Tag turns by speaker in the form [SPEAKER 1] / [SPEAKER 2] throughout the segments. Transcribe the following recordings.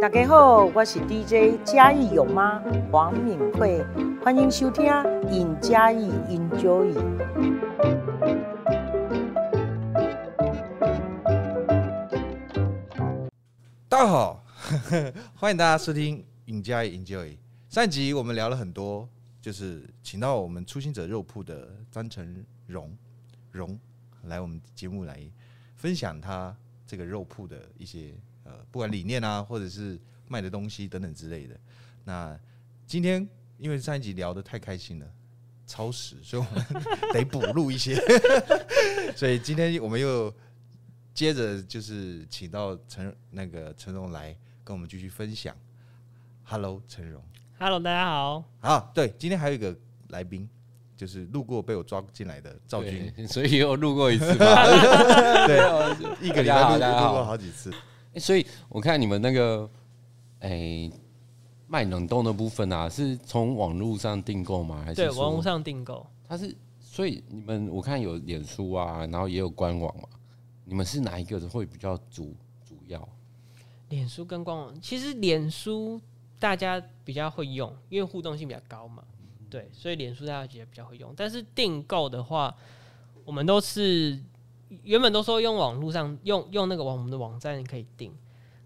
[SPEAKER 1] 大家好，我是 DJ 嘉义有妈黄敏慧，欢迎收听《尹嘉义 Enjoy》。
[SPEAKER 2] 大家好， 欢迎大家收听《尹家 Enjoy》。上一集我们聊了很多，就是请到我们初心者肉铺的张成荣荣来我们节目来分享他这个肉铺的一些呃，不管理念啊，或者是卖的东西等等之类的。那今天因为上一集聊得太开心了，超时，所以我们 得补录一些。 所以今天我们又接着就是请到陈那个陈荣来跟我们继续分享。Hello，陈荣。
[SPEAKER 3] Hello，大家好。
[SPEAKER 2] 好，对，今天还有一个来宾，就是路过被我抓进来的赵军，
[SPEAKER 4] 对， 所以又录过一次吧。
[SPEAKER 2] 对，一个礼拜
[SPEAKER 4] 大
[SPEAKER 2] 路
[SPEAKER 4] 家好大家
[SPEAKER 2] 路
[SPEAKER 4] 好
[SPEAKER 2] 过好几次。
[SPEAKER 4] 欸所以我看你们那个，哎、卖冷冻的部分啊，是从网络上订购吗？还是
[SPEAKER 3] 对，
[SPEAKER 4] 说
[SPEAKER 3] 网络上订购，
[SPEAKER 4] 它是？所以你们我看有脸书啊，然后也有官网嘛，你们是哪一个会比较主主要？
[SPEAKER 3] 脸书跟官网，其实脸书大家比较会用，因为互动性比较高嘛。对，所以脸书大家觉得比较会用。但是订购的话，我们都是原本都说用网络上用用那个网我们的网站可以订，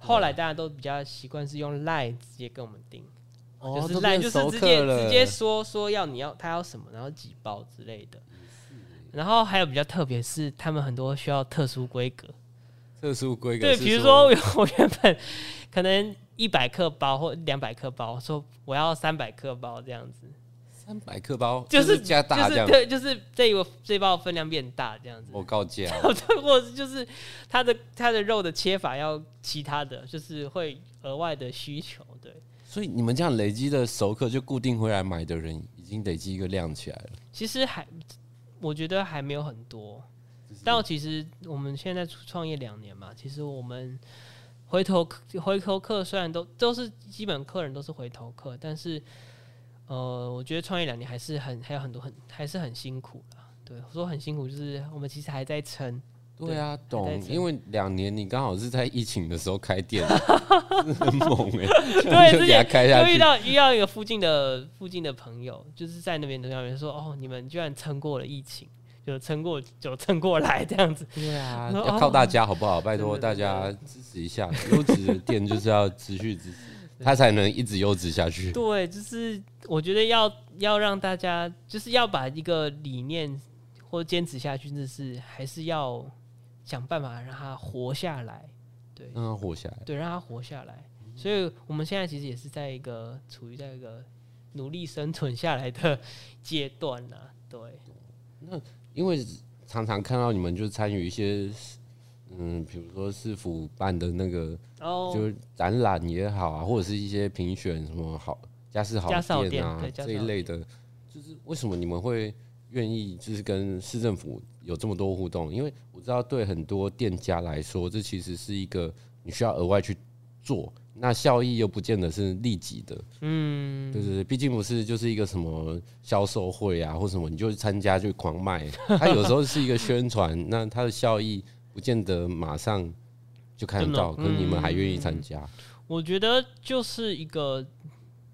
[SPEAKER 3] 后来大家都比较习惯是用 Line 直接跟我们订。
[SPEAKER 4] 哦
[SPEAKER 3] 就是 Line 就是直接直接说说要你要他要什么，然后几包之类的。然后还有比较特别是，他们很多需要特殊规格，
[SPEAKER 4] 特殊规格。
[SPEAKER 3] 对，比如说有我原本 可能一百克包或两百克包，说我要三百克包这样子，
[SPEAKER 4] 三百克包，
[SPEAKER 3] 就
[SPEAKER 4] 就是
[SPEAKER 3] 是
[SPEAKER 4] 加大
[SPEAKER 3] 就
[SPEAKER 4] 这
[SPEAKER 3] 是
[SPEAKER 4] 样，
[SPEAKER 3] 对，就是这个这包分量变大这样子。
[SPEAKER 4] 我告诫 啊，
[SPEAKER 3] 或者是就是它的它的肉的切法要其他的，就是会额外的需求，对。
[SPEAKER 4] 所以你们这样累积的熟客就固定回来买的人，已经累积一个量起来了。
[SPEAKER 3] 其实还，我觉得还没有很多。但其实我们现在创业两年嘛，其实我们回头回头客虽然都都是基本客人都是回头客，但是呃，我觉得创业两年还是很还有很多很还是很辛苦啦。对，我说很辛苦，就是我们其实还 在撑。
[SPEAKER 4] 对啊，
[SPEAKER 3] 还
[SPEAKER 4] 懂
[SPEAKER 3] 在，撑
[SPEAKER 4] 因为两年你刚好是在疫情的时候开店， 真的很猛哎、
[SPEAKER 3] 对，
[SPEAKER 4] 就
[SPEAKER 3] 之
[SPEAKER 4] 给他
[SPEAKER 3] 前
[SPEAKER 4] 开下
[SPEAKER 3] 就遇
[SPEAKER 4] 去。
[SPEAKER 3] 到遇到一个附近的附近的朋友，就是在那边的朋友说，哦，你们居然撑过了疫情，就撑过就撑过来这样子。
[SPEAKER 4] 对啊，
[SPEAKER 3] 哦
[SPEAKER 4] 要靠大家好不好？拜托
[SPEAKER 3] 真
[SPEAKER 4] 大
[SPEAKER 3] 的真的
[SPEAKER 4] 家支持一下，优质的店就是要持续 支持，它才能一直优质下去。
[SPEAKER 3] 对，就是我觉得要要让大家，就是要把一个理念或坚持下去，就是还是要想办法让它活下来。对、
[SPEAKER 4] 让它活下来。
[SPEAKER 3] 对，让它活下来。所以我们现在其实也是在一个处于在一个努力生存下来的阶段呐、对，
[SPEAKER 4] 因为常常看到你们就参与一些，嗯，比如说市府办的那个，
[SPEAKER 3] 然后
[SPEAKER 4] 就是展览也好啊，或者是一些评选什么好家事好
[SPEAKER 3] 家事好
[SPEAKER 4] 店啊
[SPEAKER 3] 店对家事
[SPEAKER 4] 这一
[SPEAKER 3] 好
[SPEAKER 4] 类的，就是为什么你们会愿意就是跟市政府有这么多互动？因为我知道对很多店家来说，这其实是一个你需要额外去做，那效益又不见得是立即的，
[SPEAKER 3] 嗯，
[SPEAKER 4] 对对对，毕竟不是就是一个什么销售会啊，或什么你就参加就狂卖，它有时候是一个宣传，那它的效益不见得马上就看
[SPEAKER 3] 真
[SPEAKER 4] 得
[SPEAKER 3] 的
[SPEAKER 4] 到，可是你们还愿意参
[SPEAKER 3] 嗯
[SPEAKER 4] 加，
[SPEAKER 3] 我觉得就是一个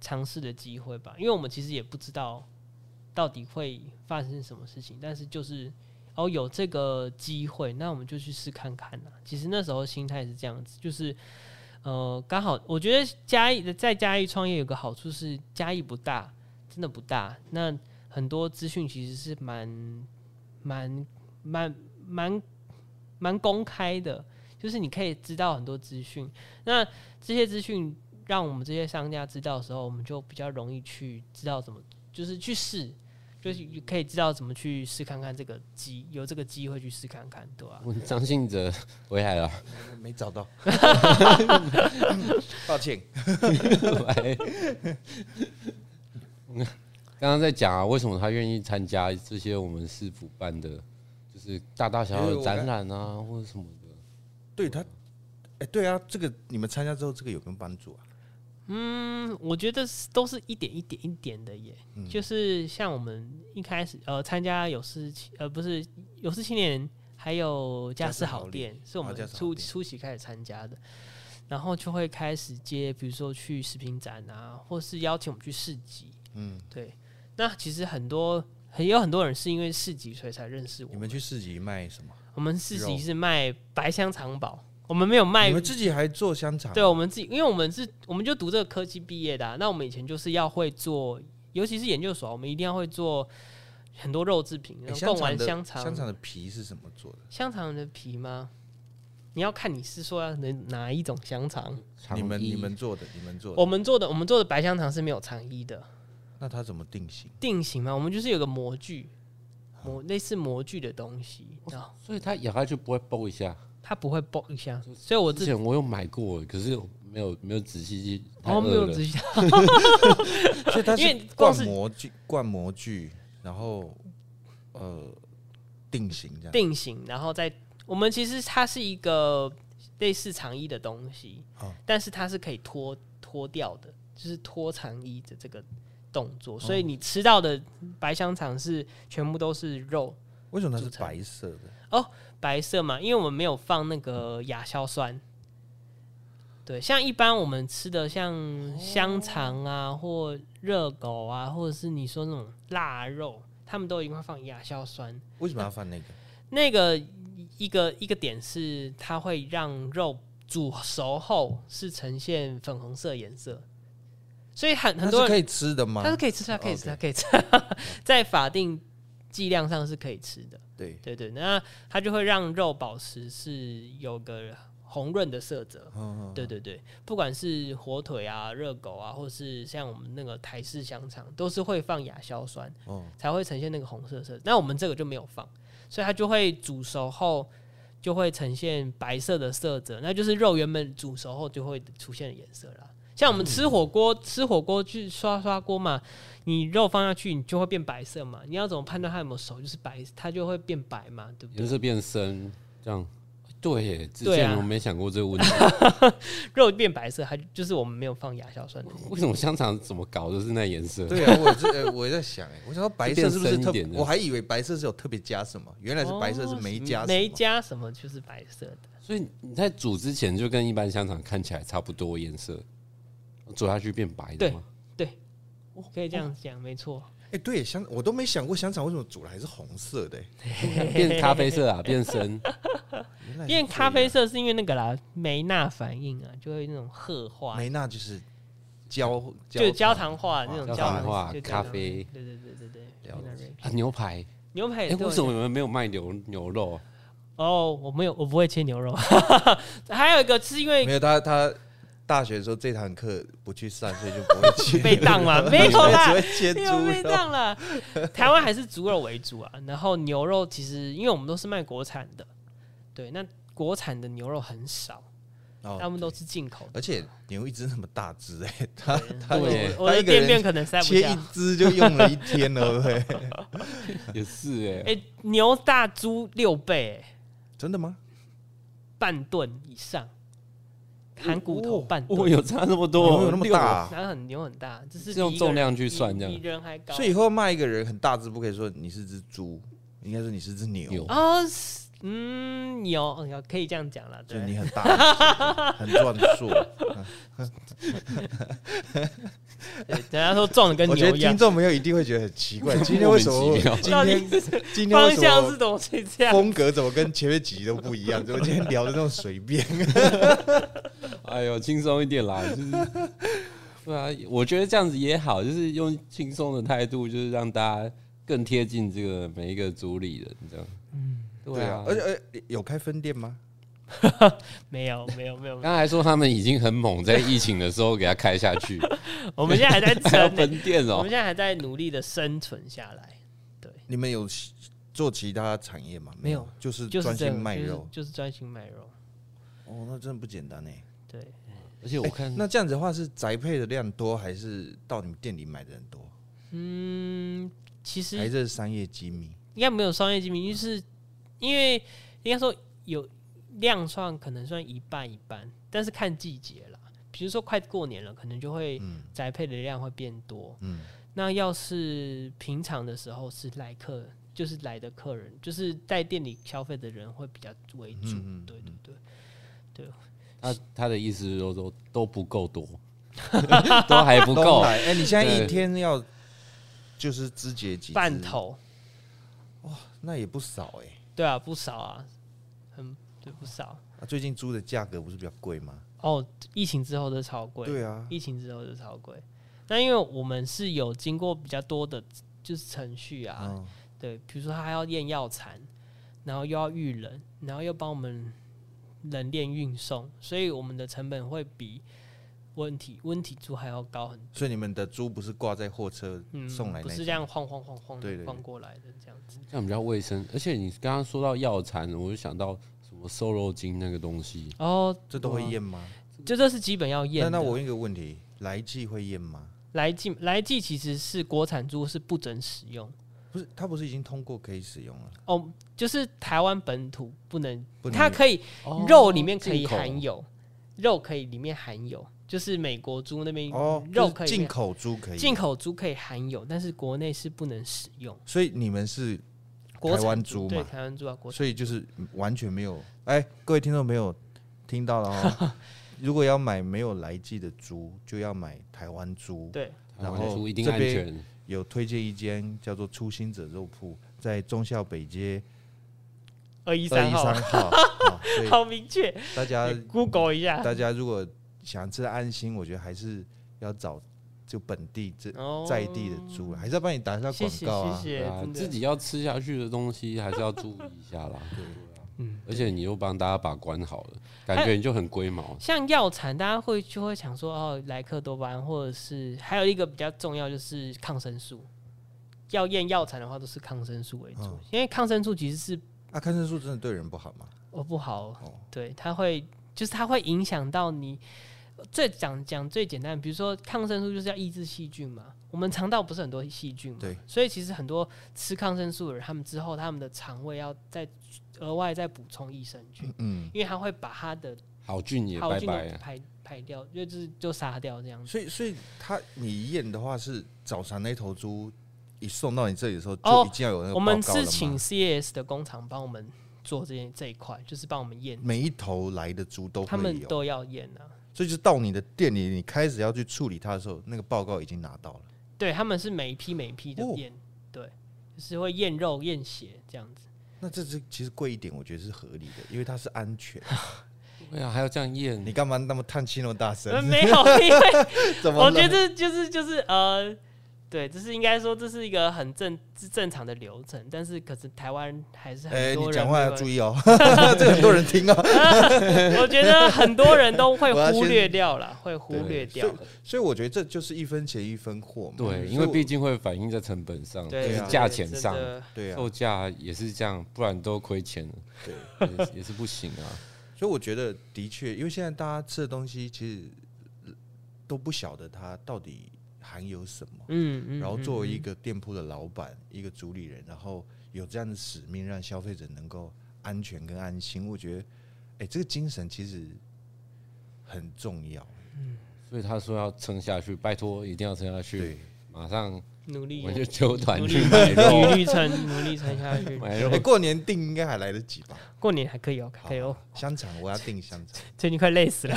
[SPEAKER 3] 尝试的机会吧，因为我们其实也不知道到底会发生什么事情，但是就是哦有这个机会，那我们就去试看看啦。其实那时候心态是这样子，就是呃刚好我觉得嘉义在嘉义创业有个好处是嘉义不大，真的不大，那很多资讯其实是蛮蛮蛮蛮蛮公开的。就是你可以知道很多资讯，那这些资讯让我们这些商家知道的时候，我们就比较容易去知道怎么，就是去试，就是可以知道怎么去试看看这个机，有这个机会去试看看，对啊吧、
[SPEAKER 4] 我 张信哲回来了，
[SPEAKER 2] 没找到， 抱歉。
[SPEAKER 4] 喂刚刚在讲啊，为什么他愿意参加这些我们市府办的，就是大大小小的展览啊，或者什么的。
[SPEAKER 2] 对他，哎、对啊，这个你们参加之后，这个有没有帮助啊？
[SPEAKER 3] 嗯，我觉得是都是一点一点一点的耶，
[SPEAKER 2] 嗯
[SPEAKER 3] 就是像我们一开始呃参加有事青呃不是有事青年，还有家
[SPEAKER 2] 家事
[SPEAKER 3] 事
[SPEAKER 2] 好
[SPEAKER 3] 好
[SPEAKER 2] 礼
[SPEAKER 3] 店，是我
[SPEAKER 2] 啊
[SPEAKER 3] 们
[SPEAKER 2] 家事好
[SPEAKER 3] 初
[SPEAKER 2] 店
[SPEAKER 3] 初期开始参加的。然后就会开始接，比如说去食品展啊，或是邀请我们去市集。嗯，对。那其实很多很有很多人是因为市集所以才认识我
[SPEAKER 2] 你们去市集卖什么？
[SPEAKER 3] 我们市
[SPEAKER 2] 肉
[SPEAKER 3] 集是卖白香肠堡，我们没有卖
[SPEAKER 2] 你们自己还做香肠？
[SPEAKER 3] 对，我们自己，因为我们是，我们就读这个科技毕业的啊、那我们以前就是要会做，尤其是研究所啊，我们一定要会做很多肉制品，
[SPEAKER 2] 哎
[SPEAKER 3] 然后贡丸
[SPEAKER 2] 的
[SPEAKER 3] 香肠、
[SPEAKER 2] 香肠的皮是什么做的？
[SPEAKER 3] 香肠的皮吗？你要看你是说要哪哪一种香肠？
[SPEAKER 4] 长
[SPEAKER 2] 你们
[SPEAKER 4] 衣
[SPEAKER 2] 你们做的，你们做的，
[SPEAKER 3] 我们做的，我们做的白香肠是没有肠衣的
[SPEAKER 2] 那它怎么定 型？
[SPEAKER 3] 定型嘛，我们就是有个模具，模类似模具的东西，然后
[SPEAKER 4] 所以它咬下去不会爆一下。
[SPEAKER 3] 它不会爆一下，所以我
[SPEAKER 4] 之
[SPEAKER 3] 自己
[SPEAKER 4] 前我有买过，可是没有没有仔细去，太
[SPEAKER 3] 哦没有
[SPEAKER 4] 饿了
[SPEAKER 3] 仔细
[SPEAKER 2] 所以它是
[SPEAKER 3] 因为光
[SPEAKER 2] 灌
[SPEAKER 3] 是
[SPEAKER 2] 模具，灌模具，然后呃定型这样。
[SPEAKER 3] 定型，然后再我们其实它是一个类似长衣的东西，
[SPEAKER 2] 哦
[SPEAKER 3] 但是它是可以脱脱掉的，就是脱长衣的这个动作，所以你吃到的白香肠是全部都是肉，
[SPEAKER 2] 为什么它是
[SPEAKER 3] 组成
[SPEAKER 2] 白色的？
[SPEAKER 3] 白色嘛，因为我们没有放那个亚硝酸。对，像一般我们吃的像香肠啊，或热狗啊，或者是你说那种腊肉，他们都一定会放亚硝酸。
[SPEAKER 2] 为什么要放那个？
[SPEAKER 3] 那个一一个一个点是，它会让肉煮熟后是呈现粉红色颜色，所以很很
[SPEAKER 2] 它
[SPEAKER 3] 多
[SPEAKER 2] 是可以
[SPEAKER 3] 人
[SPEAKER 2] 吃的吗哦
[SPEAKER 3] 它？是可以吃，它可以
[SPEAKER 2] OK
[SPEAKER 3] 吃，它可以吃，在法定剂量上是可以吃的。
[SPEAKER 2] 对，
[SPEAKER 3] 对对，那它就会让肉保持是有个红润的色泽。
[SPEAKER 2] 嗯，
[SPEAKER 3] 对对对，不管是火腿啊、热狗啊，或是像我们那个台式香肠，都是会放亚硝酸。
[SPEAKER 2] 哦，
[SPEAKER 3] 才会呈现那个红色色。那我们这个就没有放，所以它就会煮熟后就会呈现白色的色泽，那就是肉原本煮熟后就会出现的颜色啦。像我们吃火锅，吃火锅去刷刷锅嘛，你肉放下去，你就会变白色嘛。你要怎么判断它有没有熟？就是白，它就会变白嘛，对不对
[SPEAKER 4] 颜？色变深，这样。对耶，之
[SPEAKER 3] 对啊
[SPEAKER 4] 前我没想过这个 问题。
[SPEAKER 3] 肉变白色，它就是我们没有放亚硝酸的。
[SPEAKER 4] 为什么香肠怎么搞都是那颜色？
[SPEAKER 2] 对啊，我这呃我也在想，哎，我想说白色是不是
[SPEAKER 4] 变
[SPEAKER 2] 特
[SPEAKER 4] 深一点？的
[SPEAKER 2] 我还以为白色是有特别加什么，原来是白色是没加什么，
[SPEAKER 3] 哦没加什么就是白色的。
[SPEAKER 4] 所以你在煮之前就跟一般香肠看起来差不多颜色，煮下去变白的
[SPEAKER 3] 对
[SPEAKER 4] 吗？
[SPEAKER 3] 可以这样讲，没错。
[SPEAKER 2] 哎，对，香我都没想过香肠为什么煮了还是红色的，哎
[SPEAKER 4] 变咖啡色啊，变深。
[SPEAKER 2] 原来是
[SPEAKER 3] 因为咖啡
[SPEAKER 2] 这
[SPEAKER 3] 色是因为那个啦，梅纳反应啊，就会那种褐
[SPEAKER 2] 样
[SPEAKER 3] 化，
[SPEAKER 2] 没那就是焦
[SPEAKER 3] 啊就
[SPEAKER 2] 焦
[SPEAKER 3] 焦糖化那种
[SPEAKER 4] 焦
[SPEAKER 3] 糖
[SPEAKER 4] 糖化
[SPEAKER 3] 就焦
[SPEAKER 4] 咖
[SPEAKER 3] 糖
[SPEAKER 4] 啡
[SPEAKER 3] 对对对对对
[SPEAKER 2] 了解
[SPEAKER 3] Mandarin。
[SPEAKER 4] 啊，牛排。
[SPEAKER 3] 牛排
[SPEAKER 4] 哎、
[SPEAKER 3] 也对
[SPEAKER 4] 为
[SPEAKER 3] 我
[SPEAKER 4] 什么你们没有卖牛牛肉？
[SPEAKER 3] 哦，我没有，我不会切牛肉。 还有一个是因为
[SPEAKER 2] 没有他他大学的时候这堂课不去上，所以就不会切
[SPEAKER 3] 被当 嘛，没有
[SPEAKER 2] 只
[SPEAKER 3] 啦，
[SPEAKER 2] 会切
[SPEAKER 3] 没有被
[SPEAKER 2] 猪肉。
[SPEAKER 3] 当啦。台湾还是猪肉为主啊，然后牛肉其实因为我们都是卖国产的，对，那国产的牛肉很少，大
[SPEAKER 2] 哦，
[SPEAKER 3] 部分都是进口的。
[SPEAKER 2] 而且牛一只那么大只哎，他他
[SPEAKER 3] 我
[SPEAKER 4] 对
[SPEAKER 3] 我的
[SPEAKER 2] 他一个人
[SPEAKER 3] 店面可能塞不
[SPEAKER 2] 切
[SPEAKER 3] 下
[SPEAKER 2] 一。只就用了一天了， 对不对？
[SPEAKER 4] 也是哎、
[SPEAKER 3] 哎、牛大猪六倍、哎
[SPEAKER 2] 真的 吗？
[SPEAKER 3] 半吨以上，含骨头半
[SPEAKER 4] 我
[SPEAKER 3] 吨，
[SPEAKER 4] 哦有差那么
[SPEAKER 2] 牛
[SPEAKER 4] 多，
[SPEAKER 2] 哦有那么
[SPEAKER 4] 六
[SPEAKER 2] 大啊？
[SPEAKER 3] 然后很牛很大，这是
[SPEAKER 4] 是用
[SPEAKER 3] 比一个
[SPEAKER 4] 重量
[SPEAKER 3] 人
[SPEAKER 4] 去算这样
[SPEAKER 3] 比比人还高。
[SPEAKER 2] 所以以后骂一个人很大只，不可以说你是只猪，应该说你是只牛，
[SPEAKER 4] 牛
[SPEAKER 3] 哦，是嗯，牛嗯可以这样讲了，
[SPEAKER 2] 就是你
[SPEAKER 3] 对，
[SPEAKER 2] 很大， 很壮硕。
[SPEAKER 3] 对人家说壮的跟
[SPEAKER 2] 我觉
[SPEAKER 3] 牛
[SPEAKER 2] 得
[SPEAKER 3] 一
[SPEAKER 2] 听
[SPEAKER 3] 样，
[SPEAKER 2] 众朋友一定会觉得很奇 怪，今天为什么
[SPEAKER 4] 莫名其妙
[SPEAKER 2] 今
[SPEAKER 3] 到底
[SPEAKER 2] 天 今天
[SPEAKER 3] 方
[SPEAKER 2] 为什
[SPEAKER 3] 向是
[SPEAKER 2] 么
[SPEAKER 3] 怎么是这样？
[SPEAKER 2] 风格怎么跟前面几集都不一 样？怎么今天聊的那么随便？
[SPEAKER 4] 哎呦，轻松一点啦，就是对啊，我觉得这样子也好，就是用轻松的态度，就是让大家更贴近这个每一个主理人这样。嗯，对啊，
[SPEAKER 2] 而且而有开分店吗？
[SPEAKER 3] 没有没有没有，没有
[SPEAKER 4] 刚才说他们已经很猛，在疫情的时候给他开下去，
[SPEAKER 3] 我们现在还在
[SPEAKER 4] 还要
[SPEAKER 3] 撑欸，
[SPEAKER 4] 分店
[SPEAKER 3] 我
[SPEAKER 4] 哦、
[SPEAKER 3] 们现在还在努力的生存下来，
[SPEAKER 2] 你们有做其他产业吗？
[SPEAKER 3] 没有，
[SPEAKER 2] 就是
[SPEAKER 3] 就是
[SPEAKER 2] 专
[SPEAKER 3] 这
[SPEAKER 2] 心
[SPEAKER 3] 个
[SPEAKER 2] 卖
[SPEAKER 3] 就是
[SPEAKER 2] 肉。
[SPEAKER 3] 就是专心卖肉，
[SPEAKER 2] 哦，那真的不简单呢。
[SPEAKER 3] 对，
[SPEAKER 4] 而且我
[SPEAKER 3] 嗯
[SPEAKER 4] 看
[SPEAKER 2] 那这样子的话，是宅配的量多，还是到你们店里买的人多？
[SPEAKER 3] 嗯，其实
[SPEAKER 2] 还是商业机密？
[SPEAKER 3] 应该没有商业机密，就是因为应该说有量算可能算一半一半，但是看季节啦。比如说快过年了，可能就会宅配的量会变多。
[SPEAKER 2] 嗯
[SPEAKER 3] 那要是平常的时候是来客，就是来的客
[SPEAKER 2] 嗯
[SPEAKER 3] 人，就是在店里消费的人会比较为主。
[SPEAKER 2] 嗯嗯
[SPEAKER 3] 对对对，
[SPEAKER 4] 他他的意思是说都都不够多，都还不
[SPEAKER 2] 东
[SPEAKER 4] 够
[SPEAKER 2] 来。哎、你现在一
[SPEAKER 4] 对
[SPEAKER 2] 天要就是肢解几只
[SPEAKER 3] 半，头，
[SPEAKER 2] 那也不少哎、
[SPEAKER 3] 对啊，不少啊，很对不少。
[SPEAKER 2] 啊最近猪的价格不是比较贵吗？
[SPEAKER 3] 哦，疫情之后都超贵，
[SPEAKER 2] 对啊，
[SPEAKER 3] 疫情之后就超贵。那因为我们是有经过比较多的就是程序啊，
[SPEAKER 2] 嗯
[SPEAKER 3] 对，比如说他要验药残，然后又要预冷，然后又帮我们冷链运送，所以我们的成本会比温体温体猪还要高很多。
[SPEAKER 2] 所以你们的猪不是挂在货车
[SPEAKER 3] 嗯，
[SPEAKER 2] 送来那
[SPEAKER 3] 不
[SPEAKER 2] 种
[SPEAKER 3] 是这样晃晃晃晃
[SPEAKER 2] 对对
[SPEAKER 3] 的
[SPEAKER 2] 对
[SPEAKER 3] 晃过来的这样子。
[SPEAKER 4] 这样比较卫生。而且你刚刚说到药残，我就想到什么瘦肉精那个东西，
[SPEAKER 3] 哦，
[SPEAKER 2] 这都会验吗？
[SPEAKER 3] 就这是基本要验
[SPEAKER 2] 那
[SPEAKER 3] 的。
[SPEAKER 2] 那我问一个问题，来记会验吗？
[SPEAKER 3] 来剂来剂其实是国产猪是不准使用
[SPEAKER 2] 不是，它不是已经通过可以使用了？
[SPEAKER 3] 哦，就是台湾本土不能，
[SPEAKER 2] 不能
[SPEAKER 3] 它
[SPEAKER 2] 用
[SPEAKER 3] 可以
[SPEAKER 4] 哦
[SPEAKER 3] 肉里面可以
[SPEAKER 4] 进口
[SPEAKER 3] 含有，肉可以里面含有，就是美国猪那边
[SPEAKER 2] 哦，
[SPEAKER 3] 肉
[SPEAKER 2] 就是
[SPEAKER 3] 可以
[SPEAKER 2] 进口猪可以，
[SPEAKER 3] 进。口猪可以含有，但是国内是不能使用。
[SPEAKER 2] 所以你们是
[SPEAKER 3] 国
[SPEAKER 2] 台
[SPEAKER 3] 产
[SPEAKER 2] 湾猪
[SPEAKER 3] 对
[SPEAKER 2] 嘛？
[SPEAKER 3] 台湾猪啊，国产
[SPEAKER 2] 所以就是完全没有。哎、各位听众朋友，听到了 哦。如果要买没有来记的猪，就要买台湾猪。
[SPEAKER 3] 对
[SPEAKER 2] 然
[SPEAKER 4] 然后
[SPEAKER 2] 后
[SPEAKER 4] 猪一定
[SPEAKER 2] 这
[SPEAKER 4] 安
[SPEAKER 2] 边
[SPEAKER 4] 全。
[SPEAKER 2] 有推荐一间叫做初心者肉铺，在忠孝北街
[SPEAKER 3] 二一
[SPEAKER 2] 二
[SPEAKER 3] 三
[SPEAKER 2] 一三，
[SPEAKER 3] 号
[SPEAKER 2] 呃号。啊所以
[SPEAKER 3] 好明确
[SPEAKER 2] 大家
[SPEAKER 3] 你，Google 一下。
[SPEAKER 2] 大家如果想吃安心，我觉得还是要找就本地这
[SPEAKER 3] 哦
[SPEAKER 2] 在地的猪，还是要帮你打一下
[SPEAKER 3] 谢
[SPEAKER 2] 广
[SPEAKER 3] 谢
[SPEAKER 2] 告啊。
[SPEAKER 4] 对
[SPEAKER 3] 谢谢，
[SPEAKER 4] 啊
[SPEAKER 3] 真，的
[SPEAKER 4] 自己要吃下去的东西还是要注意一下啦。 对啊，而且你又帮大家把关好了，
[SPEAKER 3] 哎
[SPEAKER 4] 感觉你就很龟毛。
[SPEAKER 3] 像药残，大家会就会想说哦，莱克多巴胺，或者是还有一个比较重要就是抗生素。要验药残的话，都是抗生素为主，
[SPEAKER 2] 嗯
[SPEAKER 3] 因为抗生素其实是
[SPEAKER 2] 啊，抗生素真的对人不好吗？
[SPEAKER 3] 哦不好，
[SPEAKER 2] 哦
[SPEAKER 3] 对，它会就是它会影响到你。最讲讲最简单，比如说抗生素就是要抑制细菌嘛，我们肠道不是很多细菌嘛，
[SPEAKER 2] 对，
[SPEAKER 3] 所以其实很多吃抗生素的人，他们之后他们的肠胃要再额外再补充益生菌，
[SPEAKER 2] 嗯，
[SPEAKER 3] 因为它会把它的
[SPEAKER 4] 好俊也
[SPEAKER 3] 好
[SPEAKER 4] 拜
[SPEAKER 3] 菌
[SPEAKER 4] 拜
[SPEAKER 3] 都
[SPEAKER 4] 啊，
[SPEAKER 3] 排排掉，就是就杀掉这样子。
[SPEAKER 2] 嗯所以所以他你验的话是早上那头猪一送到你这里的时候
[SPEAKER 3] 哦
[SPEAKER 2] 就已经要有那个
[SPEAKER 3] 我
[SPEAKER 2] 报告了
[SPEAKER 3] 们
[SPEAKER 2] 吗
[SPEAKER 3] 是请 CAS 的工厂帮我们做这件这一块，就是帮我们验，
[SPEAKER 2] 每一头来的猪都
[SPEAKER 3] 他
[SPEAKER 2] 会
[SPEAKER 3] 们
[SPEAKER 2] 有，
[SPEAKER 3] 都要验啊。
[SPEAKER 2] 所以就是到你的店里，你开始要去处理它的时候，那个报告已经拿到了。
[SPEAKER 3] 对，他们是每一批每一批的
[SPEAKER 2] 哦
[SPEAKER 3] 验，对，就是会验肉、验血这样子。
[SPEAKER 2] 那这只其实贵一点，我觉得是合理的，因为它是安全。
[SPEAKER 4] 对啊，还要这样验
[SPEAKER 2] 你，干嘛那么叹气那么大声
[SPEAKER 3] 呃？没 有，因为
[SPEAKER 2] 怎么
[SPEAKER 3] 我
[SPEAKER 2] 了？
[SPEAKER 3] 觉得就是就是呃，对，这是应该说这是一个很正是正常的流程，但是可是台湾还是
[SPEAKER 2] 哎、
[SPEAKER 3] 很多
[SPEAKER 2] 你
[SPEAKER 3] 人，
[SPEAKER 2] 讲话要注意哦， 这个很多人听 哦。
[SPEAKER 3] 我觉得很多人都会
[SPEAKER 2] 我要
[SPEAKER 3] 忽
[SPEAKER 2] 先
[SPEAKER 3] 略 掉了，会忽
[SPEAKER 4] 对
[SPEAKER 3] 略掉。
[SPEAKER 2] 所以我觉得这就是一分钱一分货嘛。
[SPEAKER 4] 对，因
[SPEAKER 2] 所
[SPEAKER 4] 为
[SPEAKER 2] 以我
[SPEAKER 4] 毕竟会反映在成本上，就
[SPEAKER 3] 对，啊
[SPEAKER 4] 是
[SPEAKER 2] 啊
[SPEAKER 3] 对
[SPEAKER 4] 价钱
[SPEAKER 3] 真
[SPEAKER 4] 上，
[SPEAKER 3] 的
[SPEAKER 2] 对啊，
[SPEAKER 4] 售价也是这样，不然都亏钱了，
[SPEAKER 2] 对，
[SPEAKER 4] 也也是不行啊。
[SPEAKER 2] 所以我觉得的确，因为现在大家吃的东西其实呃都不晓得它到底含有什么。
[SPEAKER 3] 嗯嗯，
[SPEAKER 2] 然后
[SPEAKER 3] 嗯
[SPEAKER 2] 作为一
[SPEAKER 3] 嗯
[SPEAKER 2] 个店铺的老板、一个主理人，然后有这样的使命，让消费者能够安全跟安心，我觉得，哎、这个精神其实很重要。
[SPEAKER 4] 所以他说要撑下去，拜托一定要撑下去
[SPEAKER 2] 对，，
[SPEAKER 4] 马上
[SPEAKER 3] 努力
[SPEAKER 4] 我们就揪团
[SPEAKER 3] 努
[SPEAKER 4] 去
[SPEAKER 3] 力
[SPEAKER 4] 买
[SPEAKER 3] 努
[SPEAKER 4] 肉，
[SPEAKER 3] 力撑，努力撑下去。
[SPEAKER 4] 买
[SPEAKER 2] 哎、
[SPEAKER 4] 肉。
[SPEAKER 2] 过年订应该还来得及吧？
[SPEAKER 3] 过年还可以哦，可以哦，
[SPEAKER 2] 香肠我要订香肠，
[SPEAKER 3] 最近快累 死了。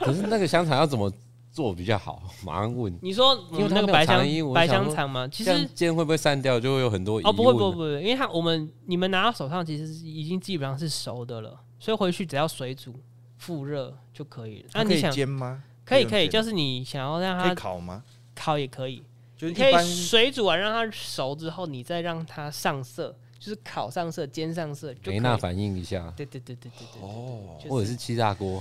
[SPEAKER 4] 可是那个香肠要怎么做比较好？马上问。
[SPEAKER 3] 你说我
[SPEAKER 4] 因为
[SPEAKER 3] 们
[SPEAKER 4] 它
[SPEAKER 3] 那个
[SPEAKER 4] 没有
[SPEAKER 3] 白
[SPEAKER 4] 肠
[SPEAKER 3] 香
[SPEAKER 4] 衣我
[SPEAKER 3] 白
[SPEAKER 4] 想
[SPEAKER 3] 香
[SPEAKER 4] 说
[SPEAKER 3] 肠吗？其
[SPEAKER 4] 这
[SPEAKER 3] 实
[SPEAKER 4] 样煎会不会散掉？就会有很多疑
[SPEAKER 3] 哦，
[SPEAKER 4] 问。啊
[SPEAKER 3] 不会不会不会，因为它我们你们拿到手上其实是已经基本上是熟的了，所以回去只要水煮复热就可以了。那
[SPEAKER 2] 可
[SPEAKER 3] 你
[SPEAKER 2] 以
[SPEAKER 3] 想
[SPEAKER 2] 煎吗？
[SPEAKER 3] 可以
[SPEAKER 2] 不用
[SPEAKER 3] 可以，
[SPEAKER 2] 煎
[SPEAKER 3] 就是你想要让
[SPEAKER 2] 可以
[SPEAKER 3] 它
[SPEAKER 2] 烤吗？
[SPEAKER 3] 烤也可以，
[SPEAKER 2] 就是
[SPEAKER 3] 你
[SPEAKER 2] 一
[SPEAKER 3] 可
[SPEAKER 2] 般
[SPEAKER 3] 以水煮完让它熟之后，你再让它上色，就是烤上色、煎上色就可以
[SPEAKER 4] 没那。反应一下，
[SPEAKER 3] 对对对对对对
[SPEAKER 2] 哦
[SPEAKER 3] 对，
[SPEAKER 4] 或
[SPEAKER 3] 就
[SPEAKER 4] 者是气炸锅，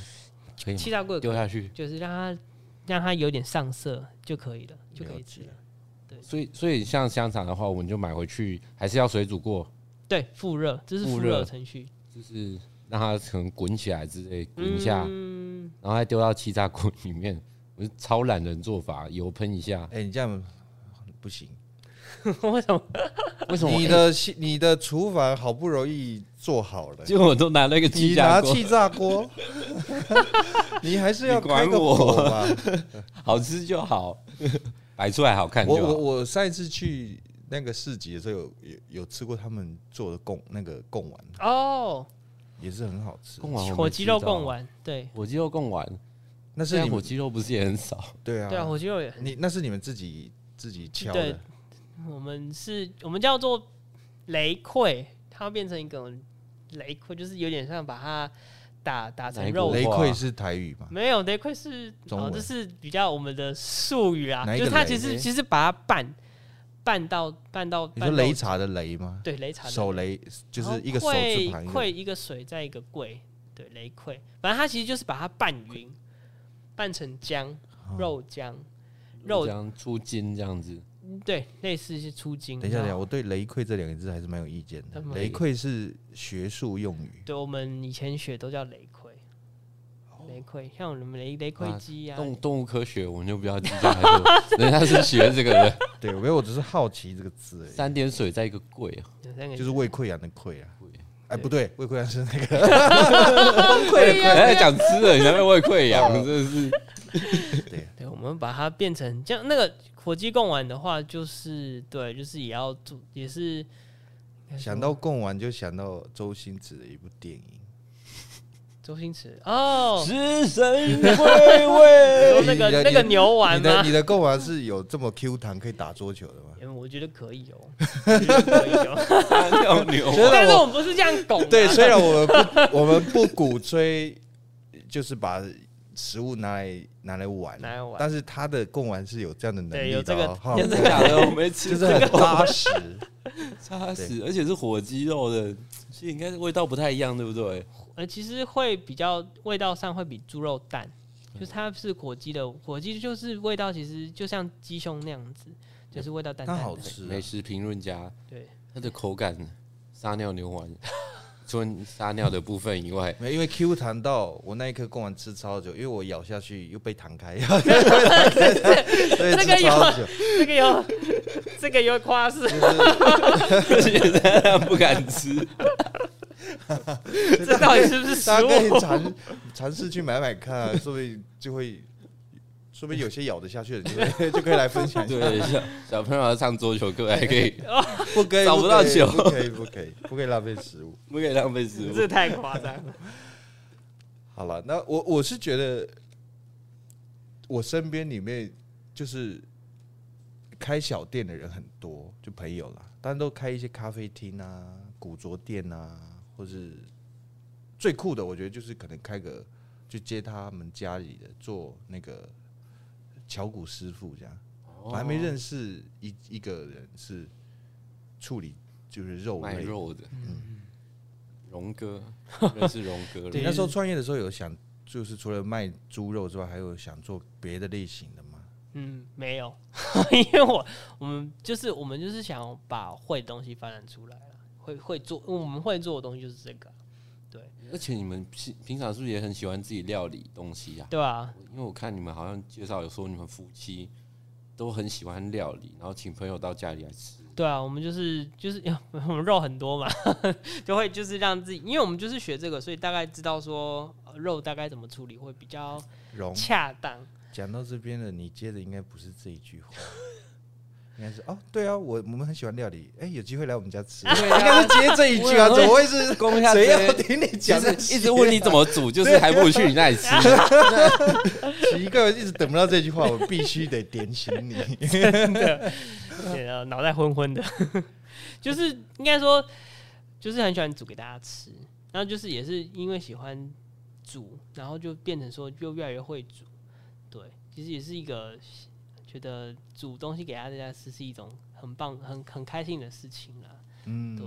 [SPEAKER 4] 可以吗
[SPEAKER 3] 气炸锅也可以
[SPEAKER 4] 丢下去。
[SPEAKER 3] 就是让它让它有点上色就可以了，就可以吃了。
[SPEAKER 4] 所以所以像香肠的话，我们就买回去还是要水煮过，
[SPEAKER 3] 对，复热，这是
[SPEAKER 4] 复
[SPEAKER 3] 复
[SPEAKER 4] 热
[SPEAKER 3] 热程序。
[SPEAKER 4] 就是让它可能滚起来之类，滚一下，
[SPEAKER 3] 嗯，
[SPEAKER 4] 然后再丢到气炸锅里面。我是超懒人做法，油喷一下。
[SPEAKER 2] 哎、你这样不行。
[SPEAKER 3] 为什么？
[SPEAKER 4] 为什么我？
[SPEAKER 2] 你的西你的厨房好不容易做好了，
[SPEAKER 4] 结果我都拿了一个
[SPEAKER 2] 你
[SPEAKER 4] 气
[SPEAKER 2] 拿
[SPEAKER 4] 炸锅，
[SPEAKER 2] 气炸 锅，你还是要
[SPEAKER 4] 你管
[SPEAKER 2] 开个
[SPEAKER 4] 我
[SPEAKER 2] 火吧。
[SPEAKER 4] 好吃就好， 摆出来好看
[SPEAKER 2] 我
[SPEAKER 4] 就好。
[SPEAKER 2] 我我上一次去那个市集的时候有，有有吃过他们做的贡那个贡丸，
[SPEAKER 3] 哦，
[SPEAKER 2] 也是很好吃。
[SPEAKER 4] 贡丸我没
[SPEAKER 3] 火鸡肉
[SPEAKER 4] 吃到
[SPEAKER 3] 贡，丸，对
[SPEAKER 4] 火鸡肉贡丸，
[SPEAKER 2] 那是
[SPEAKER 4] 现在
[SPEAKER 2] 你
[SPEAKER 4] 火
[SPEAKER 2] 们
[SPEAKER 4] 鸡肉不是也很少？
[SPEAKER 2] 对
[SPEAKER 3] 对啊，
[SPEAKER 2] 啊，
[SPEAKER 3] 火鸡肉也很
[SPEAKER 2] 你那是你们自己自己敲
[SPEAKER 3] 对
[SPEAKER 2] 的，
[SPEAKER 3] 我们是我们叫做雷溃，它变成一种雷溃，就是有点像把它打打成
[SPEAKER 4] 哪一个
[SPEAKER 3] 肉
[SPEAKER 4] 雷
[SPEAKER 2] 雷
[SPEAKER 3] 块。
[SPEAKER 2] 溃是台语嘛？
[SPEAKER 3] 没有雷溃是
[SPEAKER 2] 中
[SPEAKER 3] 哦，
[SPEAKER 2] 文
[SPEAKER 3] 这是比较我们的术语啊，
[SPEAKER 2] 哪一
[SPEAKER 3] 就
[SPEAKER 2] 个
[SPEAKER 3] 是它
[SPEAKER 2] 雷
[SPEAKER 3] 其实其实把它拌拌到拌到
[SPEAKER 2] 你说
[SPEAKER 3] 拌到
[SPEAKER 2] 擂茶的擂吗？
[SPEAKER 3] 对擂茶的哦
[SPEAKER 2] 手雷就是一个手字
[SPEAKER 3] 溃
[SPEAKER 2] 旁一
[SPEAKER 3] 溃
[SPEAKER 2] 个，
[SPEAKER 3] 一个水在一个贵，对雷溃，反正它其实就是把它拌匀，拌成浆
[SPEAKER 2] 哦
[SPEAKER 3] 肉浆，肉
[SPEAKER 4] 这样出筋这样子，
[SPEAKER 3] 对，类似是出筋。
[SPEAKER 2] 等一下，等一
[SPEAKER 3] 然
[SPEAKER 2] 下，
[SPEAKER 3] 后
[SPEAKER 2] 我对“雷溃”这两个字还是蛮有意见的
[SPEAKER 3] 他。们
[SPEAKER 2] 雷溃是学术用语，
[SPEAKER 3] 对我们以前学都叫雷溃，
[SPEAKER 2] 哦
[SPEAKER 3] 雷溃，像我们雷雷溃鸡啊，
[SPEAKER 4] 动动物科学我们就不要计较太多， 人家是学这个的，
[SPEAKER 2] 对，没有，我只是好奇这个 字而
[SPEAKER 4] 三点水在一个贵啊，
[SPEAKER 3] 有三
[SPEAKER 2] 已，
[SPEAKER 3] 个
[SPEAKER 2] 就是胃溃疡的溃啊
[SPEAKER 4] 溃。
[SPEAKER 2] 哎，不对，胃溃疡是那 个
[SPEAKER 4] 溃哎，讲吃的，你那边胃溃疡，真的是
[SPEAKER 3] 对，我们把它变成这样。那个火鸡贡丸的话，就是对，就是也要做，也是应该说
[SPEAKER 2] 想到贡丸就想到周星驰的一部电影，
[SPEAKER 3] 周星驰哦，
[SPEAKER 4] 食神会 味。
[SPEAKER 3] 说那个
[SPEAKER 2] 哎你的
[SPEAKER 3] 那个牛丸啊
[SPEAKER 2] 你
[SPEAKER 3] 吗
[SPEAKER 2] 的？你的贡丸是有这么 Q 弹可以打桌球的吗？
[SPEAKER 3] 嗯，我觉得可以 哦，我觉得可以哦。
[SPEAKER 4] 要牛
[SPEAKER 2] 觉得我
[SPEAKER 3] 但是我们不是这样拱、啊，
[SPEAKER 2] 对，虽然我们不我们不鼓吹，就是把食物拿来拿来玩，
[SPEAKER 3] 拿来玩
[SPEAKER 2] 但是它的贡丸是有这样的能力的、哦，
[SPEAKER 3] 对有这个
[SPEAKER 2] 哈
[SPEAKER 3] 有
[SPEAKER 4] 真的假的？我没
[SPEAKER 2] 就
[SPEAKER 4] 吃
[SPEAKER 2] 是
[SPEAKER 4] 这
[SPEAKER 2] 很
[SPEAKER 4] 个，
[SPEAKER 2] 扎实。
[SPEAKER 4] 差死，而且是火鸡肉的，其实应该是味道不太一样，对不对？
[SPEAKER 3] 呃，其实会比较味道上会比猪肉淡，就是它是火鸡的，火鸡就是味道其实就像鸡胸那样子，就是味道淡淡
[SPEAKER 2] 它
[SPEAKER 3] 的。
[SPEAKER 2] 好吃、啊
[SPEAKER 4] 美食评论家
[SPEAKER 3] 对，
[SPEAKER 4] 它的口感，撒尿牛丸，除了撒尿的部分以外，
[SPEAKER 2] 没有，因为 Q 弹到我那一颗贡丸吃超久，因为我咬下去又被弹开， 对，
[SPEAKER 3] 这个
[SPEAKER 2] 吃超久，
[SPEAKER 3] 这个有这个有夸饰，
[SPEAKER 4] 现在他不敢吃。
[SPEAKER 3] 这到 底是不是食
[SPEAKER 2] 大家可以
[SPEAKER 3] 物？
[SPEAKER 2] 尝尝试去买买看、啊，说不定就会，说不定有些咬得下去的就会 就可以来分享一下。
[SPEAKER 4] 对，小小朋友要唱桌球课还可以，
[SPEAKER 3] 哎
[SPEAKER 2] 不可以，
[SPEAKER 4] 找不到
[SPEAKER 2] 可以
[SPEAKER 4] 球
[SPEAKER 2] 不可以，不可以，不可以浪费食物。
[SPEAKER 4] 不可以浪费食
[SPEAKER 3] 这
[SPEAKER 4] 物。
[SPEAKER 3] 太夸张了。
[SPEAKER 2] 好了，那我我是觉得，我身边里面就是开小店的人很多，就朋友啦，当然都开一些咖啡厅啊、古着店啊，或是最酷的，我觉得就是可能开个就接他们家里的做那个巧骨师傅这样。我还没认识一一个人是处理就是肉
[SPEAKER 4] 卖
[SPEAKER 2] 类的
[SPEAKER 4] 肉的，
[SPEAKER 3] 嗯
[SPEAKER 4] 荣 哥，认识荣哥了。
[SPEAKER 2] 你
[SPEAKER 3] 对
[SPEAKER 2] 那时候创业的时候有想，就是除了卖猪肉之外，还有想做别的类型的 吗？
[SPEAKER 3] 嗯，没有， 因为我我们就是我们就是想把会的东西发展出来了，会会做我们会做的东西就是这个，啊
[SPEAKER 4] 而且你们平平常是不是也很喜欢自己料理东西呀、
[SPEAKER 3] 对啊吧、
[SPEAKER 4] 因为我看你们好像介绍有说你们夫妻都很喜欢料理，然后请朋友到家里来吃。
[SPEAKER 3] 对啊，我们就是就是 我们肉很多嘛， 就会就是让自己，因为我们就是学这个，所以大概知道说呃肉大概怎么处理会比较
[SPEAKER 2] 荣，
[SPEAKER 3] 恰当。
[SPEAKER 2] 讲到这边了，你接的应该不是这一句话， 应该是哦，对啊，我我们很喜欢料理，哎、有机会来我们家吃， 应该是接这一句啊，
[SPEAKER 4] 我
[SPEAKER 2] 怎么会是
[SPEAKER 4] 攻下
[SPEAKER 2] 谁
[SPEAKER 4] 这
[SPEAKER 2] 要
[SPEAKER 4] 些
[SPEAKER 2] 听你
[SPEAKER 4] 其
[SPEAKER 2] 讲
[SPEAKER 4] 实
[SPEAKER 2] 这些啊？
[SPEAKER 4] 一直问你怎么煮，就是还不如去你那里 吃。
[SPEAKER 2] 奇怪，我一直等不到这句话，我必须得点醒 你。哎
[SPEAKER 3] 对啊，脑袋昏昏的， 就是应该说，就是很喜欢煮给大家吃，然后就是也是因为喜欢煮，然后就变成说就越来越会煮。对，其实也是一个觉得煮东西给大家吃是一种很棒、很很开心的事情啦。
[SPEAKER 2] 嗯，
[SPEAKER 3] 对，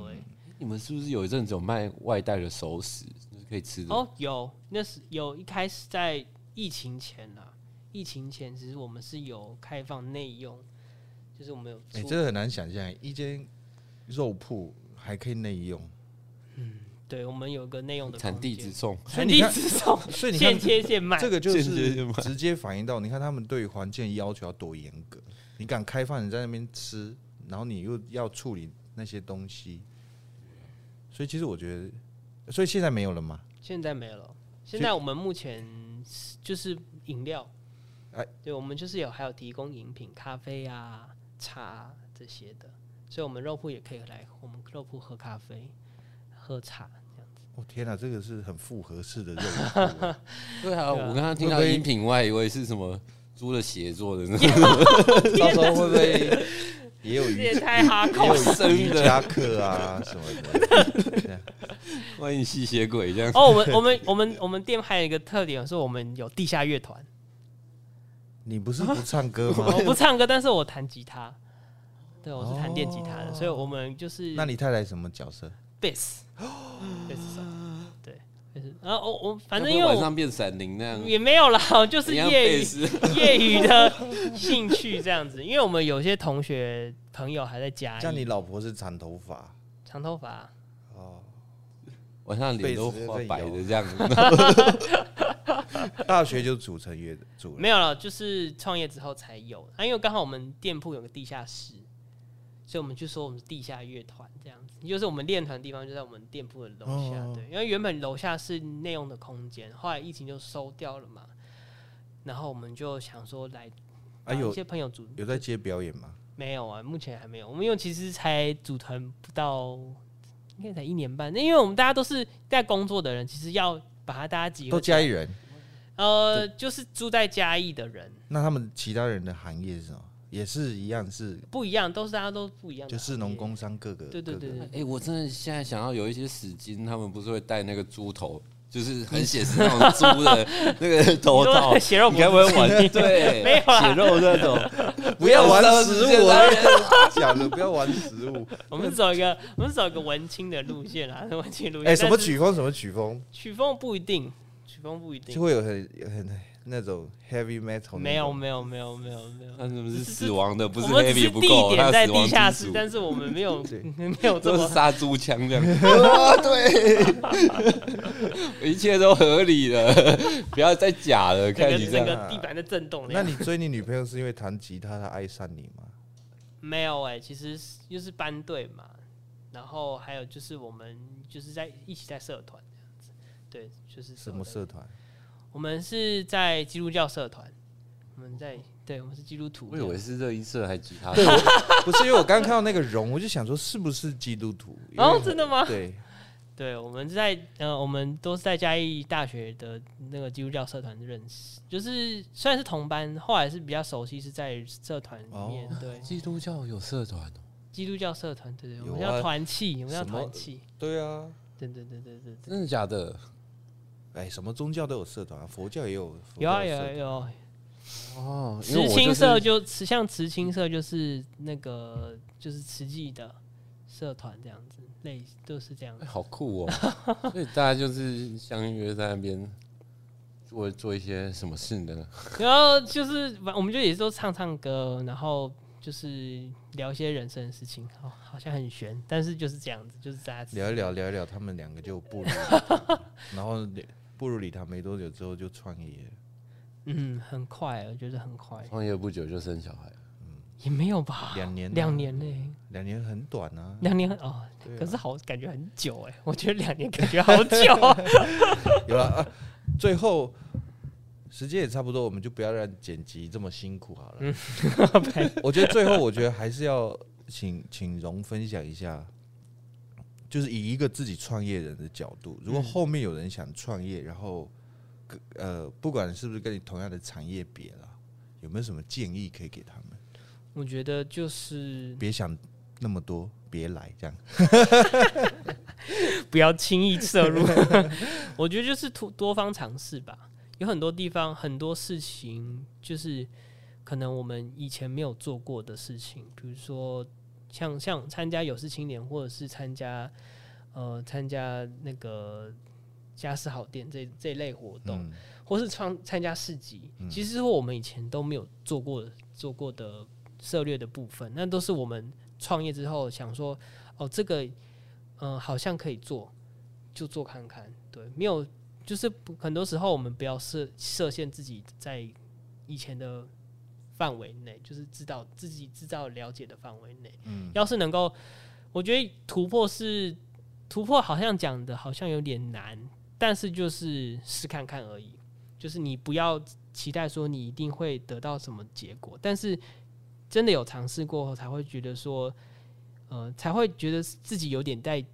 [SPEAKER 4] 你们是不是有一阵子有卖外带的熟食，就是可以吃的？
[SPEAKER 3] 哦，有，那是有一开始在疫情前啦，疫情前其实我们是有开放内用，就是我们有
[SPEAKER 2] 哎、
[SPEAKER 3] 做，
[SPEAKER 2] 真的很难想象一间肉铺还可以内用，
[SPEAKER 3] 对我们有一个内用的
[SPEAKER 4] 产
[SPEAKER 3] 空
[SPEAKER 4] 地
[SPEAKER 3] 间
[SPEAKER 4] 直送，
[SPEAKER 2] 所以
[SPEAKER 3] 产
[SPEAKER 2] 你
[SPEAKER 3] 地
[SPEAKER 2] 看
[SPEAKER 3] 直送，
[SPEAKER 2] 所以你看
[SPEAKER 3] 现切现卖，
[SPEAKER 2] 这个就
[SPEAKER 4] 间接性
[SPEAKER 2] 是
[SPEAKER 4] 嘛
[SPEAKER 2] 直接反映到，你看他们对环境要求要多严格。你敢开放你在那边吃，然后你又要处理那些东西，所以其实我觉得，所以现在没有了嘛。
[SPEAKER 3] 现在没有了。现
[SPEAKER 2] 以
[SPEAKER 3] 在我们目前是就是饮料，
[SPEAKER 2] 哎
[SPEAKER 3] 对，我们就是有还有提供饮品、咖啡啊、茶啊这些的，所以我们肉铺也可以来我们肉铺喝咖啡、喝茶这样子。
[SPEAKER 2] 哦天哪、这个是很复合式的肉铺 啊
[SPEAKER 4] 对啊，
[SPEAKER 3] 对啊
[SPEAKER 4] 我刚刚听到
[SPEAKER 2] 会不会
[SPEAKER 4] 饮品，我还以为是什么猪的血做的 那种，
[SPEAKER 2] 到时候会不会也有
[SPEAKER 3] 这
[SPEAKER 2] 瑜
[SPEAKER 3] 也太哈
[SPEAKER 2] 也
[SPEAKER 3] 口
[SPEAKER 2] 有
[SPEAKER 3] 了。
[SPEAKER 2] 瑜伽课啊什么的？
[SPEAKER 4] 万一吸血鬼这样。
[SPEAKER 3] 哦，我 们我们我们我们店还有一个特点是我们有地下乐团，
[SPEAKER 2] 你不是不唱 歌吗？
[SPEAKER 3] 我不唱歌，但是我弹吉他。对，我是弹电吉他的，所以我们就是
[SPEAKER 2] 哦那你太太什么角色？
[SPEAKER 3] bass bass 手，对 bass。然后我我反正
[SPEAKER 4] 要
[SPEAKER 3] 因
[SPEAKER 4] 不
[SPEAKER 3] 为
[SPEAKER 4] 晚
[SPEAKER 3] 我
[SPEAKER 4] 上变闪灵那样，
[SPEAKER 3] 也没有啦， 我就是
[SPEAKER 4] 怎样
[SPEAKER 3] 业
[SPEAKER 4] 贝
[SPEAKER 3] 余
[SPEAKER 4] 斯
[SPEAKER 3] 业余的兴趣这样子。因为我们有些同学朋友还在家，
[SPEAKER 2] 像你老婆是长头发
[SPEAKER 3] 长头发，
[SPEAKER 2] 哦，
[SPEAKER 4] 晚上脸都花白的这样，
[SPEAKER 2] 大学就组成乐组了
[SPEAKER 3] 没有了，就是创业之后才有。啊，因为刚好我们店铺有个地下室，所以我们就说我们是地下乐团这样子，就是我们练团的地方就在我们店铺的楼下。
[SPEAKER 2] 哦
[SPEAKER 3] 对，因为原本楼下是内用的空间，后来疫情就收掉了嘛。然后我们就想说来，
[SPEAKER 2] 啊，
[SPEAKER 3] 把
[SPEAKER 2] 有
[SPEAKER 3] 一些朋友组
[SPEAKER 2] 有在接表演吗？
[SPEAKER 3] 没有啊，目前还没有。我们因为其实才组团不到，应该才一年半。那因为我们大家都是在工作的人，其实要把它大家集合
[SPEAKER 2] 都
[SPEAKER 3] 起来，
[SPEAKER 2] 嘉义人，
[SPEAKER 3] 呃，就是住在嘉义的人
[SPEAKER 2] 那他们其他人的行业是什么？也是一样是，
[SPEAKER 3] 不一样，都是大家都不一样的
[SPEAKER 2] 就
[SPEAKER 3] 行业，
[SPEAKER 2] 是农工商各个
[SPEAKER 3] 对对
[SPEAKER 2] 各个
[SPEAKER 3] 对 对
[SPEAKER 4] 哎、我真的现在想要有一些死金，他们不是会戴那个猪头，就是很写实那种猪 的那个头套
[SPEAKER 3] 你说，血肉
[SPEAKER 4] 你该不会玩对
[SPEAKER 3] 没有啦
[SPEAKER 4] 血肉那种？
[SPEAKER 2] 不要玩
[SPEAKER 4] 烧
[SPEAKER 2] 食
[SPEAKER 4] 纸
[SPEAKER 2] 物
[SPEAKER 4] 钱
[SPEAKER 2] 啊！讲了不要玩 食物。
[SPEAKER 3] 我们走一个，我们走一个文青的路线啦， 文青路线。
[SPEAKER 2] 哎，什么
[SPEAKER 3] 但是
[SPEAKER 2] 曲风什么曲风，
[SPEAKER 3] 曲风不一定，曲风不一定
[SPEAKER 2] 就。会有很很那种 heavy metal
[SPEAKER 3] 没
[SPEAKER 2] 那
[SPEAKER 3] 有
[SPEAKER 2] 种
[SPEAKER 3] 没有没有没有没有，
[SPEAKER 4] 他们是死亡的，不
[SPEAKER 3] 我
[SPEAKER 4] 是
[SPEAKER 3] 们只
[SPEAKER 4] heavy
[SPEAKER 3] 是
[SPEAKER 4] 不
[SPEAKER 3] 地
[SPEAKER 4] 够，
[SPEAKER 3] 点
[SPEAKER 4] 他
[SPEAKER 3] 在
[SPEAKER 4] 死
[SPEAKER 3] 地
[SPEAKER 4] 亡
[SPEAKER 3] 下
[SPEAKER 4] 之
[SPEAKER 3] 室，
[SPEAKER 4] 主，
[SPEAKER 3] 但是我们没有
[SPEAKER 2] 对
[SPEAKER 3] 没有
[SPEAKER 4] 都
[SPEAKER 3] 这么
[SPEAKER 4] 是杀猪枪这样。 啊，对，一切都合理了， 不要再假了。
[SPEAKER 3] 整
[SPEAKER 4] 看
[SPEAKER 3] 个
[SPEAKER 4] 你这
[SPEAKER 3] 整
[SPEAKER 4] 样，
[SPEAKER 3] 个地板在震动的
[SPEAKER 2] 那
[SPEAKER 3] 样子。
[SPEAKER 2] 你追你女朋友是因为弹吉他她爱上你 吗？
[SPEAKER 3] 没有哎、其实是就是班队嘛，然后还有就是我们就是在一起在社团这样子，对，就是
[SPEAKER 2] 什么
[SPEAKER 3] 社
[SPEAKER 2] 社团？
[SPEAKER 3] 团？我们是在基督教社团，我们在对，我们是基督徒
[SPEAKER 4] 我
[SPEAKER 3] 这
[SPEAKER 4] 以
[SPEAKER 3] 样。
[SPEAKER 4] 为是热音社还吉他社。
[SPEAKER 2] 对，我不是因为我刚看到那个容，我就想说是不是基督徒？因为
[SPEAKER 3] 哦，真的吗？
[SPEAKER 2] 对，
[SPEAKER 3] 对，我们是在呃，我们都是在嘉义大学的那个基督教社团认识，就是虽然是同班，后来是比较熟悉，是在社团里面。对，
[SPEAKER 4] 基督教有社团哦，
[SPEAKER 3] 基督教社团，对对，我们
[SPEAKER 2] 有啊
[SPEAKER 3] 叫团契，我们叫
[SPEAKER 2] 什么
[SPEAKER 3] 团契。
[SPEAKER 2] 对啊，
[SPEAKER 3] 对对对对对对，
[SPEAKER 4] 真的假的？
[SPEAKER 2] 哎，什么宗教都有社团啊，佛教也有，佛
[SPEAKER 3] 有
[SPEAKER 2] 教
[SPEAKER 3] 啊有
[SPEAKER 2] 社
[SPEAKER 3] 啊
[SPEAKER 2] 团
[SPEAKER 3] 有啊，
[SPEAKER 4] 哦，因为
[SPEAKER 3] 慈
[SPEAKER 4] 我
[SPEAKER 3] 青
[SPEAKER 4] 就
[SPEAKER 3] 社
[SPEAKER 4] 是
[SPEAKER 3] 就慈像慈青社就是那个就是慈济的社团这样子，类都是这样
[SPEAKER 4] 哎。好酷 哦，所以大家就是相约在那边做做一些什么事呢？
[SPEAKER 3] 然后就是反我们就也是都唱唱歌，然后就是聊一些人生的事情，好好像很悬，但是就是这样子，就是大家
[SPEAKER 2] 聊一聊聊一聊，他们两个就步入礼堂，然后步入礼堂没多久之后就创业了，
[SPEAKER 3] 嗯，很快，我觉得很快，
[SPEAKER 4] 创业不久就生小孩，
[SPEAKER 3] 也没有吧，
[SPEAKER 2] 两年啊
[SPEAKER 3] 两年呢、
[SPEAKER 2] 两年很短啊。
[SPEAKER 3] 两年哦，
[SPEAKER 2] 对啊
[SPEAKER 3] 可是好感觉很久哎、我觉得两年感觉好久啊，
[SPEAKER 2] 有了、啊，最后时间也差不多，我们就不要让剪辑这么辛苦好了。我觉得最后，我觉得还是要请请荣分享一下，就是以一个自己创业人的角度，如果后面有人想创业，然后跟呃，不管是不是跟你同样的产业别啦，有没有什么建议可以给他们？
[SPEAKER 3] 我觉得就是
[SPEAKER 2] 别想那么多，别来这样。
[SPEAKER 3] 不要轻易摄入。 我觉得就是多多方尝试吧，有很多地方很多事情就是可能我们以前没有做过的事情，比如说像像参加有事青年，或者是参加呃参加那个家事好店这这一类活动，
[SPEAKER 2] 嗯，
[SPEAKER 3] 或是参参加市集，其实是我们以前都没有做过做过的策略的部分，那都是我们创业之后想说，哦，这个嗯、呃好像可以做，就做看看。对，没有，就是不很多时候我们不要设设限自己在以前的范围内，就是知道自己知道了解的范围内。嗯，要是能够，我觉得突破是突破，好像讲的好像有点难，但是就是试看看而已。就是你不要期待说你一定会得到什么结果，但是真的有尝试过后，才会觉得说，呃，才会觉得自己有点在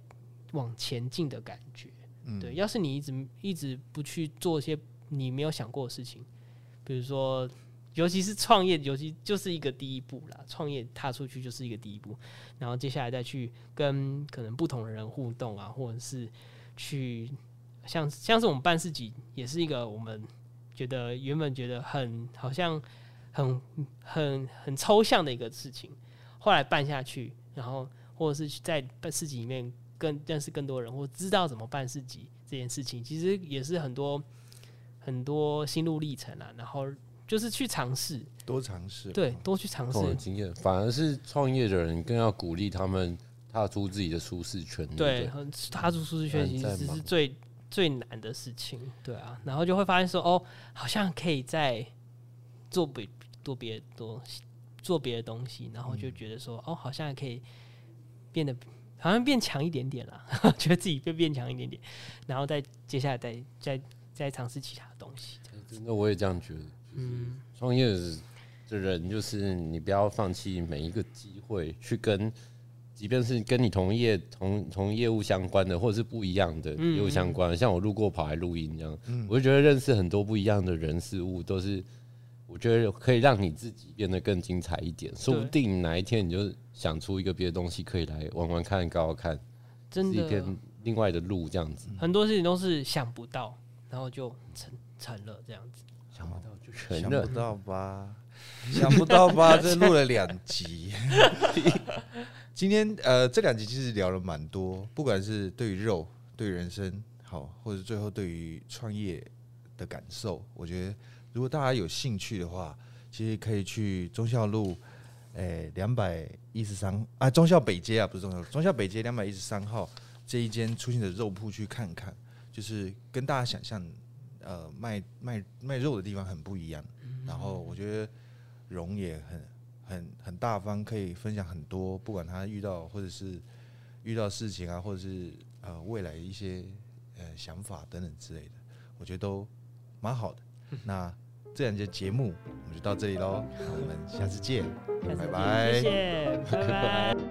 [SPEAKER 3] 往前进的感觉。
[SPEAKER 2] 嗯
[SPEAKER 3] 对，要是你一直一直不去做一些你没有想过的事情，比如说，尤其是创业，尤其就是一个第一步啦。创业踏出去就是一个第一步，然后接下来再去跟可能不同的人互动啊，或者是去像像是我们办事集，也是一个我们觉得原本觉得很好像很很很抽象的一个事情，后来办下去，然后或者是去在办市集里面更认识更多人，或知道怎么办市集这件事情，其实也是很多很多心路历程啊。然后就是去尝试，
[SPEAKER 2] 多尝试。
[SPEAKER 3] 对，，多去尝
[SPEAKER 4] 这种
[SPEAKER 3] 试，
[SPEAKER 4] 经验，反而是创业的人更要鼓励他们踏出自己的舒适圈。
[SPEAKER 3] 对，
[SPEAKER 4] 不
[SPEAKER 3] 很踏出舒适圈其
[SPEAKER 4] 不然
[SPEAKER 3] 实
[SPEAKER 4] 再忙
[SPEAKER 3] 是最最难的事情，对啊。然后就会发现说，哦，好像可以再做别做别的东西，做别的东西，然后就觉得说，哦，好像可以变得好像变强一点点啦， 觉得自己变变强一点点，然后再接下来再再再尝试其他的东西，这样
[SPEAKER 4] 对，真的我也这样觉得。
[SPEAKER 3] 嗯，
[SPEAKER 4] 创业的人就是你不要放弃每一个机会去跟，即便是跟你同业同同业务相关的，或者是不一样的
[SPEAKER 3] 嗯
[SPEAKER 4] 业务相关的，像我路过跑来录音这样，我就觉得认识很多不一样的人事物都是。我觉得可以让你自己变得更精彩一点，说不定哪一天你就想出一个别的东西，可以来玩玩看、搞搞看，
[SPEAKER 3] 真
[SPEAKER 4] 自己
[SPEAKER 3] 的
[SPEAKER 4] 跟另外的路这样子。
[SPEAKER 3] 很多事情都是想不到，然后就成成了这样子，
[SPEAKER 4] 想不到就承
[SPEAKER 2] 想
[SPEAKER 4] 认
[SPEAKER 2] 不，到吧？想不到吧？这录了两集，今天呃，这两集其实聊了蛮多，不管是对于肉、对于人生，好，或者最后对于创业的感受，我觉得如果大家有兴趣的话，其实可以去忠孝路，诶两百一十三啊，忠孝北街啊，不是忠孝，路，忠孝北街两百一十三号这一间出现的肉铺去看看，就是跟大家想象呃卖卖卖肉的地方很不一样。然后我觉得荣也很很很大方，可以分享很多，不管他遇到或者是遇到事情啊，或者是呃未来一些呃想法等等之类的，我觉得都蛮 好的。那这两节节目我们就到这里喽，那我们下次见，
[SPEAKER 3] 下
[SPEAKER 2] 拜
[SPEAKER 3] 次见
[SPEAKER 2] 拜
[SPEAKER 3] 谢谢，拜拜。